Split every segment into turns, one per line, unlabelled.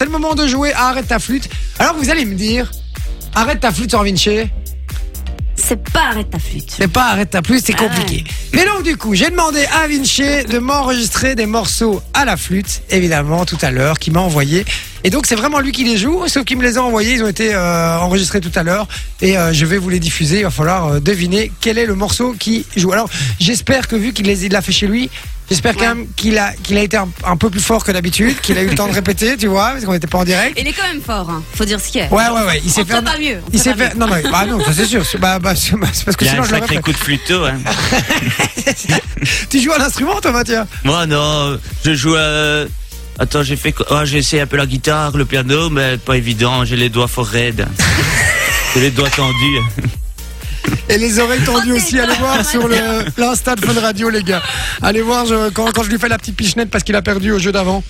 C'est le moment de jouer à Arrête ta flûte. Alors vous allez me dire, Arrête ta flûte, Sor Vinci,
C'est pas arrête ta flûte.
c'est pas Arrête ta flûte, c'est compliqué. Mais donc du coup, j'ai demandé à Vinci de m'enregistrer des morceaux à la flûte, évidemment, tout à l'heure, qu'il m'a envoyé. Et donc c'est vraiment lui qui les joue, sauf qu'il me les a envoyés, ils ont été euh, enregistrés tout à l'heure. Et euh, je vais vous les diffuser, il va falloir euh, deviner quel est le morceau qui joue. Alors j'espère que vu qu'il les il l'a fait chez lui, j'espère quand même qu'il a, qu'il a été un, un peu plus fort que d'habitude, qu'il a eu le temps de répéter, tu vois, parce qu'on n'était pas en direct.
Il est quand même fort, hein. faut dire ce qu'il est.
Ouais, ouais, ouais. Il s'est
On
fait.
peut pas mieux, on
Il
peut
s'est
pas
fait. Non, non, bah non, ça c'est sûr. C'est- Bah, bah, c'est c'est parce que
Il y a
sinon
un
je l'aurais
sacré
fait.
coup de flûteau. Hein.
Tu joues à l'instrument, toi, Mathieu
Moi non, je joue. euh, Attends, j'ai fait. quoi Ah, j'ai essayé un peu la guitare, le piano, mais pas évident. J'ai les doigts fort raides. j'ai les doigts tendus.
Et les oreilles tendues
Oh,
aussi.
t'es
Allez voir sur le- l'Insta de Fun Radio, les gars. Allez voir je- quand, quand je lui fais la petite pichenette parce qu'il a perdu au jeu d'avant.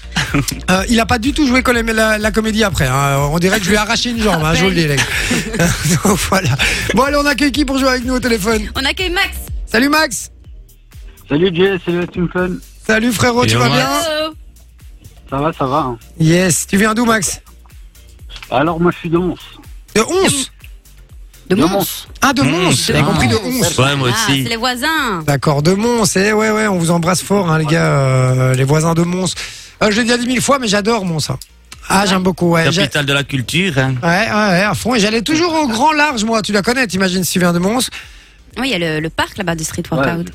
Euh, il a pas du tout joué colé- la, la comédie après. hein. On dirait que je lui ai arraché une jambe, hein, je vous le dis, les gars. Donc, voilà. Bon, allez, on accueille qui pour jouer avec nous au téléphone
On accueille Max.
Salut, Max.
Salut Jay, salut la Team Fun.
Salut, frérot, tu
Hello,
vas
Max.
bien
Hello.
Ça va, ça va. hein.
Yes. Tu viens d'où, Max
Alors moi je suis de Mons.
De 11
De
De
Mons.
Mons.
Ah, de
Mmh,
11 J'ai
ah.
compris, de 11
Ouais, moi
Ah,
aussi.
c'est les voisins.
D'accord, de Mons, eh, ouais, ouais, on vous embrasse fort, hein, les gars, euh, les voisins de Mons. Euh, je l'ai déjà dit mille fois, mais j'adore Mons. hein. Ah, j'aime beaucoup, ouais. j'ai-
Capitale de la culture. hein.
Ouais, ouais, ouais, à fond. Et j'allais toujours au grand large, moi, tu la connais, t'imagines, si tu viens de Mons.
Oui, il y a le, le parc là-bas du Street Workout.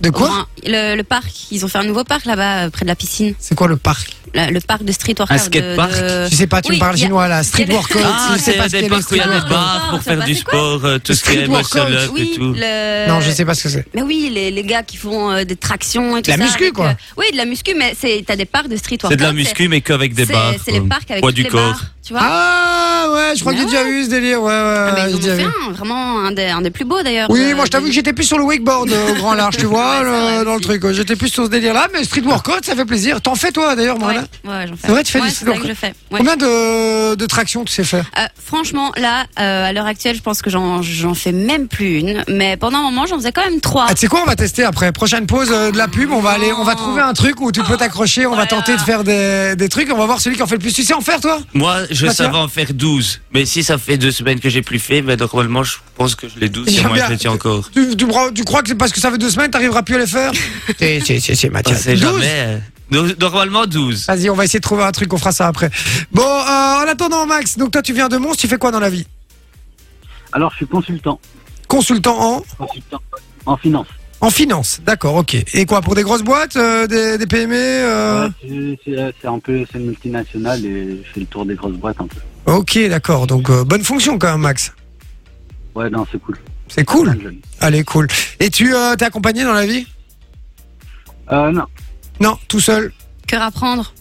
De quoi
Enfin, le, le parc, ils ont fait un nouveau parc là-bas euh, près de la piscine.
C'est quoi le parc
La- le parc de Street Workout.
skatepark
de,
Tu sais pas, tu
oui,
me parles
il y a-
chinois, là. Street
il y a-
workout,
Ah,
tu sais
c'est
pas
un
ce qu'est
des
le
parcs où il y a
street
des
workout.
bars pour
Ah, Ça
faire
va,
du
c'est quoi
sport, euh, tout
Le
ce qui
street
est
workout,
muscle up
Oui,
et tout.
le...
Non, je sais pas ce que c'est.
Mais oui, les, les gars qui font euh, des tractions et tout
La
ça.
muscu,
avec,
quoi.
euh, Oui, de la muscu, mais c'est t'as des parcs de Street Workout.
C'est de la muscu, mais qu'avec des
c'est-
bars.
C'est les
quoi.
parcs avec
Poids
toutes
du
les
corps.
barres, tu vois.
Ah, ouais, je crois que j'ai
Mais
déjà eu ce délire, ouais, ouais,
Ah, mais
ouais,
ils
j'ai
en
déjà
ont fait
vu.
un, vraiment un des, un des plus beaux d'ailleurs. euh,
Oui,
de-
moi je t'avoue
de-
que j'étais plus sur le wakeboard euh, au grand large, tu vois,
Ouais, c'est
le-
vrai
dans le
aussi.
truc. J'étais plus sur ce délire-là, mais street workout, ça fait plaisir. T'en fais toi d'ailleurs,
Ouais,
Marlène
ouais, j'en fais.
hein. C'est vrai, tu fais
Ouais,
du
c'est ça que
slow.
je fais. ouais.
Combien de, de tractions tu sais faire
Euh, franchement, là, euh, à l'heure actuelle, je pense que j'en j'en fais même plus une. Mais pendant un moment, j'en faisais quand même trois.
ah, Tu sais quoi, on va tester après. Prochaine pause euh, de la pub, on va aller, on va trouver un truc où tu peux t'accrocher, on va
Voilà.
tenter de faire des, des trucs, on va voir celui qui en fait le plus. Tu sais en faire toi
Moi, je
Mathieu
savais en faire 12. Mais si ça fait deux semaines que j'ai plus fait, ben, normalement, je pense que je les 12.
J'aime
Sûrement,
bien.
je les tiens encore.
tu, tu, crois- tu crois que c'est parce que ça fait deux semaines, t'arriveras plus à les faire C'est- C'est c'est- c'est
On
Mathias.
sait
12.
jamais. euh. Normalement, 12.
Vas-y, on va essayer de trouver un truc, on fera ça après. Bon, euh, en attendant, Max, donc toi tu viens de Mons, tu fais quoi dans la vie
Alors je suis consultant.
Consultant en
Consultant en finance.
En finance, d'accord, ok. Et quoi, pour des grosses boîtes, euh, des, des PME euh,
Ouais, c'est- c'est c'est un peu c'est une multinationale et je fais le tour des grosses boîtes un peu.
Ok, d'accord, donc euh, bonne fonction quand même, Max.
Ouais, non, c'est cool.
C'est
Plein
cool.
de jeunes.
Allez, cool. Et tu euh, t'es accompagné dans la vie
Euh, non,
Non, tout seul.
Que apprendre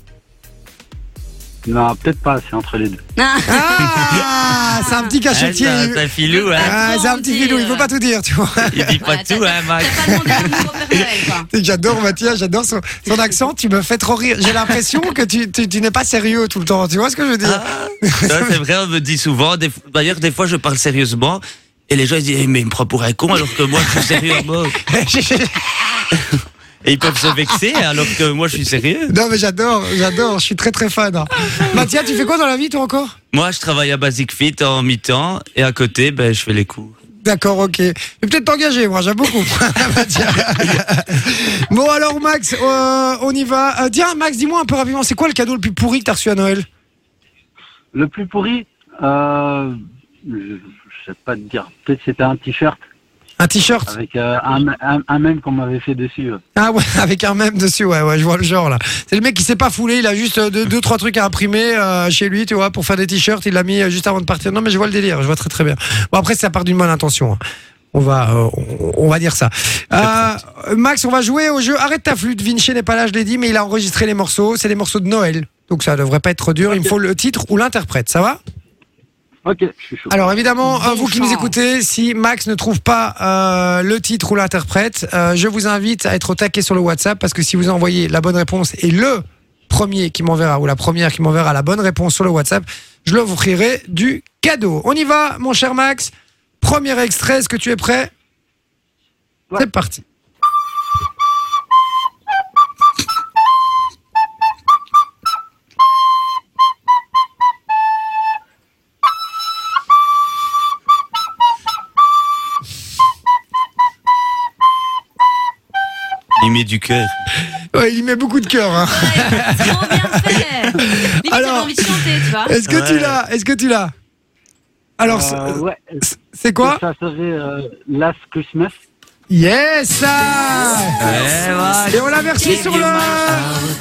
non peut-être pas, c'est entre les deux.
Ah,
Ah, c'est un petit cachetier.
Ah, t'as- t'as filou, hein.
Ah, c'est un petit filou, il faut pas tout dire, tu vois.
Il dit pas
Voilà,
tout,
Ah, t'as-
hein, Max.
T'as pas demandé un nouveau Père Noël, quoi.
J'adore Mathias, j'adore son, son accent, tu me fais trop rire. J'ai l'impression que tu, tu, tu n'es pas sérieux tout le temps, tu vois ce que je veux dire
Ah, ça, c'est vrai, on me dit souvent. Des- D'ailleurs, des fois, je parle sérieusement et les gens ils disent Eh, Mais il me prend pour un con alors que moi, je suis sérieux. moi. Et ils peuvent se vexer alors que moi, je suis sérieux.
Non, mais j'adore, j'adore, je suis très très fan. hein. Mathias, tu fais quoi dans la vie toi encore
Moi, je travaille à Basic Fit en mi-temps et à côté, ben, je fais les cours.
D'accord, ok. Je vais peut-être t'engager, moi, j'aime beaucoup. Tiens. bon, alors, Max, euh, on y va. Euh, tiens, Max, dis-moi un peu rapidement, c'est quoi le cadeau le plus pourri que t'as reçu à Noël
Le plus pourri, euh, je, je sais pas te dire. Peut-être c'était un t-shirt
Un t-shirt
avec euh, un, un, un même qu'on m'avait fait dessus. euh.
Ah ouais, avec un même dessus, ouais, ouais, je vois le genre, là. C'est le mec qui s'est pas foulé, il a juste euh, deux, deux trois trucs à imprimer euh, chez lui, tu vois, pour faire des t-shirts, il l'a mis euh, juste avant de partir. Non, mais je vois le délire, je vois très très bien. Bon, après, ça part d'une bonne intention. hein. On va, euh, on, on va dire ça. Euh, Max, on va jouer au jeu. Arrête ta flûte. Vinci n'est pas là, je l'ai dit, mais il a enregistré les morceaux. C'est des morceaux de Noël. Donc ça devrait pas être trop dur. Il me faut le titre ou l'interprète. Ça va
Ok, je suis chaud.
Alors évidemment,
Bonne
euh, vous qui nous
chance.
écoutez, si Max ne trouve pas euh, le titre ou l'interprète, euh, je vous invite à être au taquet sur le WhatsApp parce que si vous envoyez la bonne réponse et le premier qui m'enverra ou la première qui m'enverra la bonne réponse sur le WhatsApp, je leur offrirai du cadeau. On y va, mon cher Max. Premier extrait, est-ce que tu es prêt
Ouais.
C'est parti.
met du cœur.
Ouais, il y met beaucoup de cœur. hein.
Ouais, trop bien fait. Limite, j'avais
Alors- euh,
envie de chanter, tu vois.
Est-ce que tu
Ouais.
l'as Est-ce que tu l'as Alors, c'est-
Euh, ouais,
c'est- c'est quoi
ça serait euh, Last Christmas.
Yes ça Et on l'a versé sur le,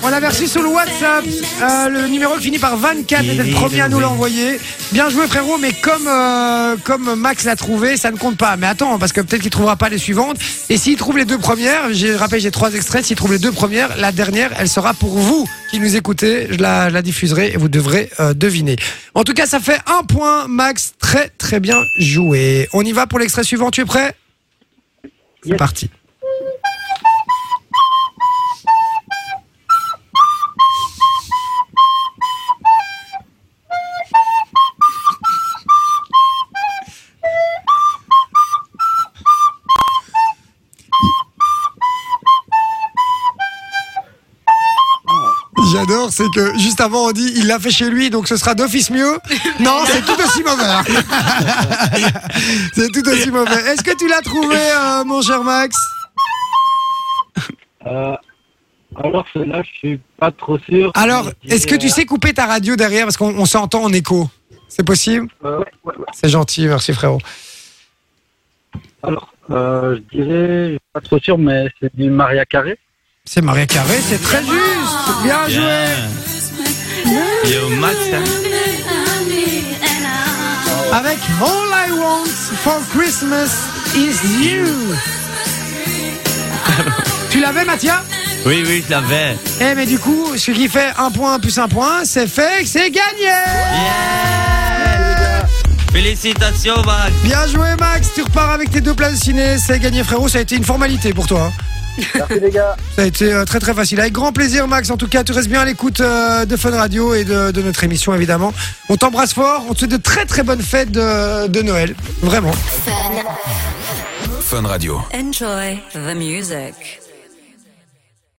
on l'a versé sur le WhatsApp, euh, le numéro qui finit par 24, c'était le premier à nous l'envoyer. Bien joué frérot, mais comme euh, comme Max l'a trouvé, ça ne compte pas. Mais attends, parce que peut-être qu'il trouvera pas les suivantes. Et s'il trouve les deux premières, j'ai rappelé j'ai trois extraits. S'il trouve les deux premières, la dernière, elle sera pour vous qui nous écoutez. Je la, je la diffuserai et vous devrez euh, deviner. En tout cas, ça fait un point Max, très très bien joué. On y va pour l'extrait suivant. Tu es prêt C'est
Yes.
parti. J'adore, c'est que juste avant on dit il l'a fait chez lui, donc ce sera d'office mieux. Non, c'est tout aussi mauvais. hein. c'est tout aussi mauvais. Est-ce que tu l'as trouvé, euh, mon cher Max
Euh, alors celle-là, je suis pas trop sûr.
Alors,
Je
est-ce que tu
dirais,
sais couper ta radio derrière parce qu'on on s'entend en écho C'est possible
euh, ouais, ouais, ouais.
C'est gentil, merci frérot.
Alors, euh, je dirais, je suis pas trop sûr, mais c'est du Maria Carré.
C'est Maria Carré, c'est très juste. Bien joué.
Yo, Max, hein.
Avec All I Want for Christmas is You. tu l'avais, Mathia
Oui, oui, je l'avais.
Eh mais du coup, ce qui fait un point plus un point, c'est fait, c'est gagné
Félicitations, Max.
Bien joué Max, tu repars avec tes deux places ciné, c'est gagné frérot, ça a été une formalité pour toi. hein.
Merci les gars.
Ça a été euh, très très facile. Avec grand plaisir Max, en tout cas, tu restes bien à l'écoute euh, de Fun Radio et de, de notre émission évidemment. On t'embrasse fort, on te souhaite de très très bonnes fêtes de, de Noël, vraiment.
Fun Radio.
Enjoy the music.